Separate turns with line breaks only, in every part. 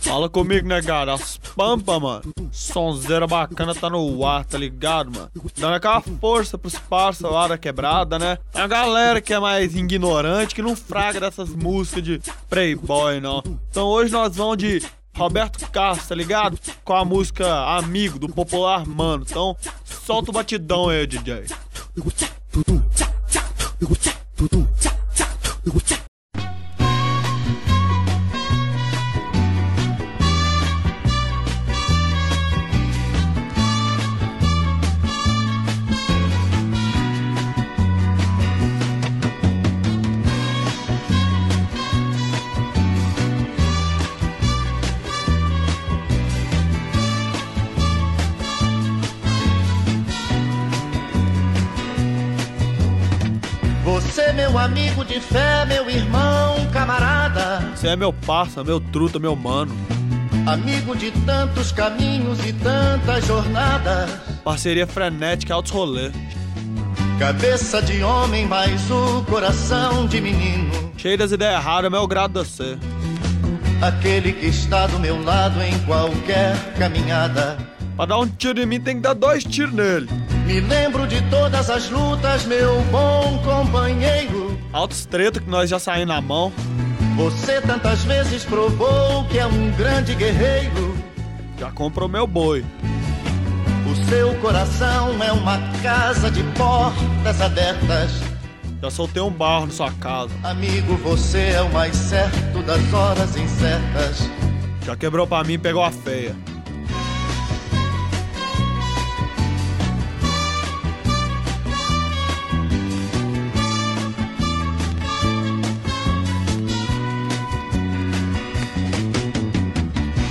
Fala comigo, negado. As pampa, mano. Sonzeira bacana tá no ar, tá ligado, mano? Dando aquela força pros parça lá da quebrada, né? É a galera que é mais ignorante, que não fraga dessas músicas de playboy, não. Então hoje nós vamos de Roberto Castro, tá ligado? Com a música Amigo, do Popular Mano. Então, solta o batidão aí, DJ.
Você, meu amigo de fé, meu irmão, camarada,
Você é meu parça, meu truta, meu mano.
amigo de tantos caminhos e tantas jornadas,
Parceria frenética, altos rolê.
cabeça de homem, mas o coração de menino,
Cheio das ideias erradas, meu grado da ser.
aquele que está do meu lado em qualquer caminhada.
Pra dar um tiro em mim tem que dar dois tiros nele.
Me lembro de todas as lutas, meu bom companheiro.
Altos treta que nós já saímos na mão.
Você tantas vezes provou que é um grande guerreiro.
Já comprou meu boi.
O seu coração é uma casa de portas abertas.
Já soltei um barro na sua casa.
Amigo, você é o mais certo das horas incertas.
Já quebrou pra mim e pegou a feia.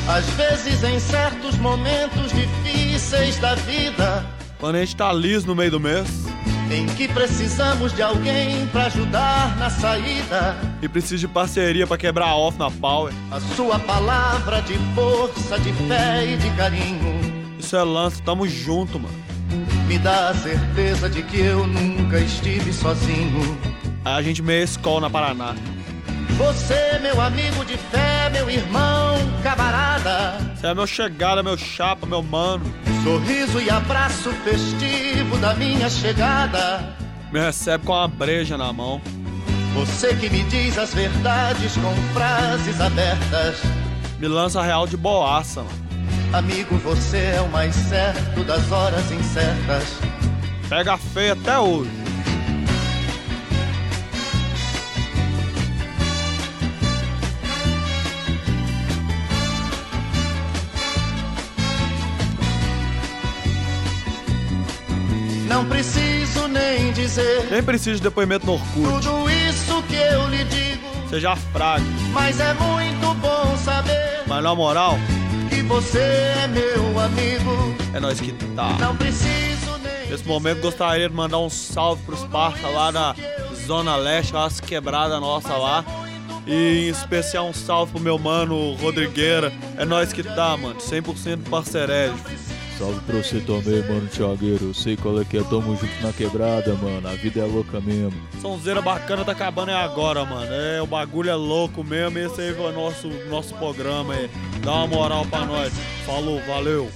Às vezes, em certos momentos difíceis da vida,
Quando a gente tá liso no meio do mês
em que precisamos de alguém pra ajudar na saída,
e precisa de parceria pra quebrar off na power,
a sua palavra de força, de fé e de carinho.
isso é lance, tamo junto, mano.
Me dá a certeza de que eu nunca estive sozinho.
Aí a gente meia escola na Paraná.
Você, meu amigo de fé, meu irmão, camarada.
Você é meu chegada, meu chapa, meu mano.
Sorriso e abraço festivo da minha chegada.
Me recebe com uma breja na mão.
Você que me diz as verdades com frases abertas.
Me lança real de boaça, mano.
Amigo, você é o mais certo das horas incertas.
Pega a feia até hoje.
Não preciso nem dizer
Nem precisa de depoimento no Orkut.
tudo isso que eu lhe digo.
Você já fraga.
Mas é muito bom saber
Mas na moral,
que você é meu amigo.
é nós que tá.
Não preciso nem.
Nesse momento gostaria de mandar um salve pros parça lá na Zona Leste, lá as quebradas nossa lá. E em especial um salve pro meu mano Rodrigueira. É nós que tá, mano. 100% parceiragem.
Salve pra você também, mano, Thiagueiro. Eu sei qual é que é, tamo junto na quebrada, mano. A vida é louca mesmo.
Sonzeira bacana tá acabando é agora, mano. É, o bagulho é louco mesmo. Esse aí foi o nosso, nosso programa aí. Dá uma moral pra nós. Falou, valeu.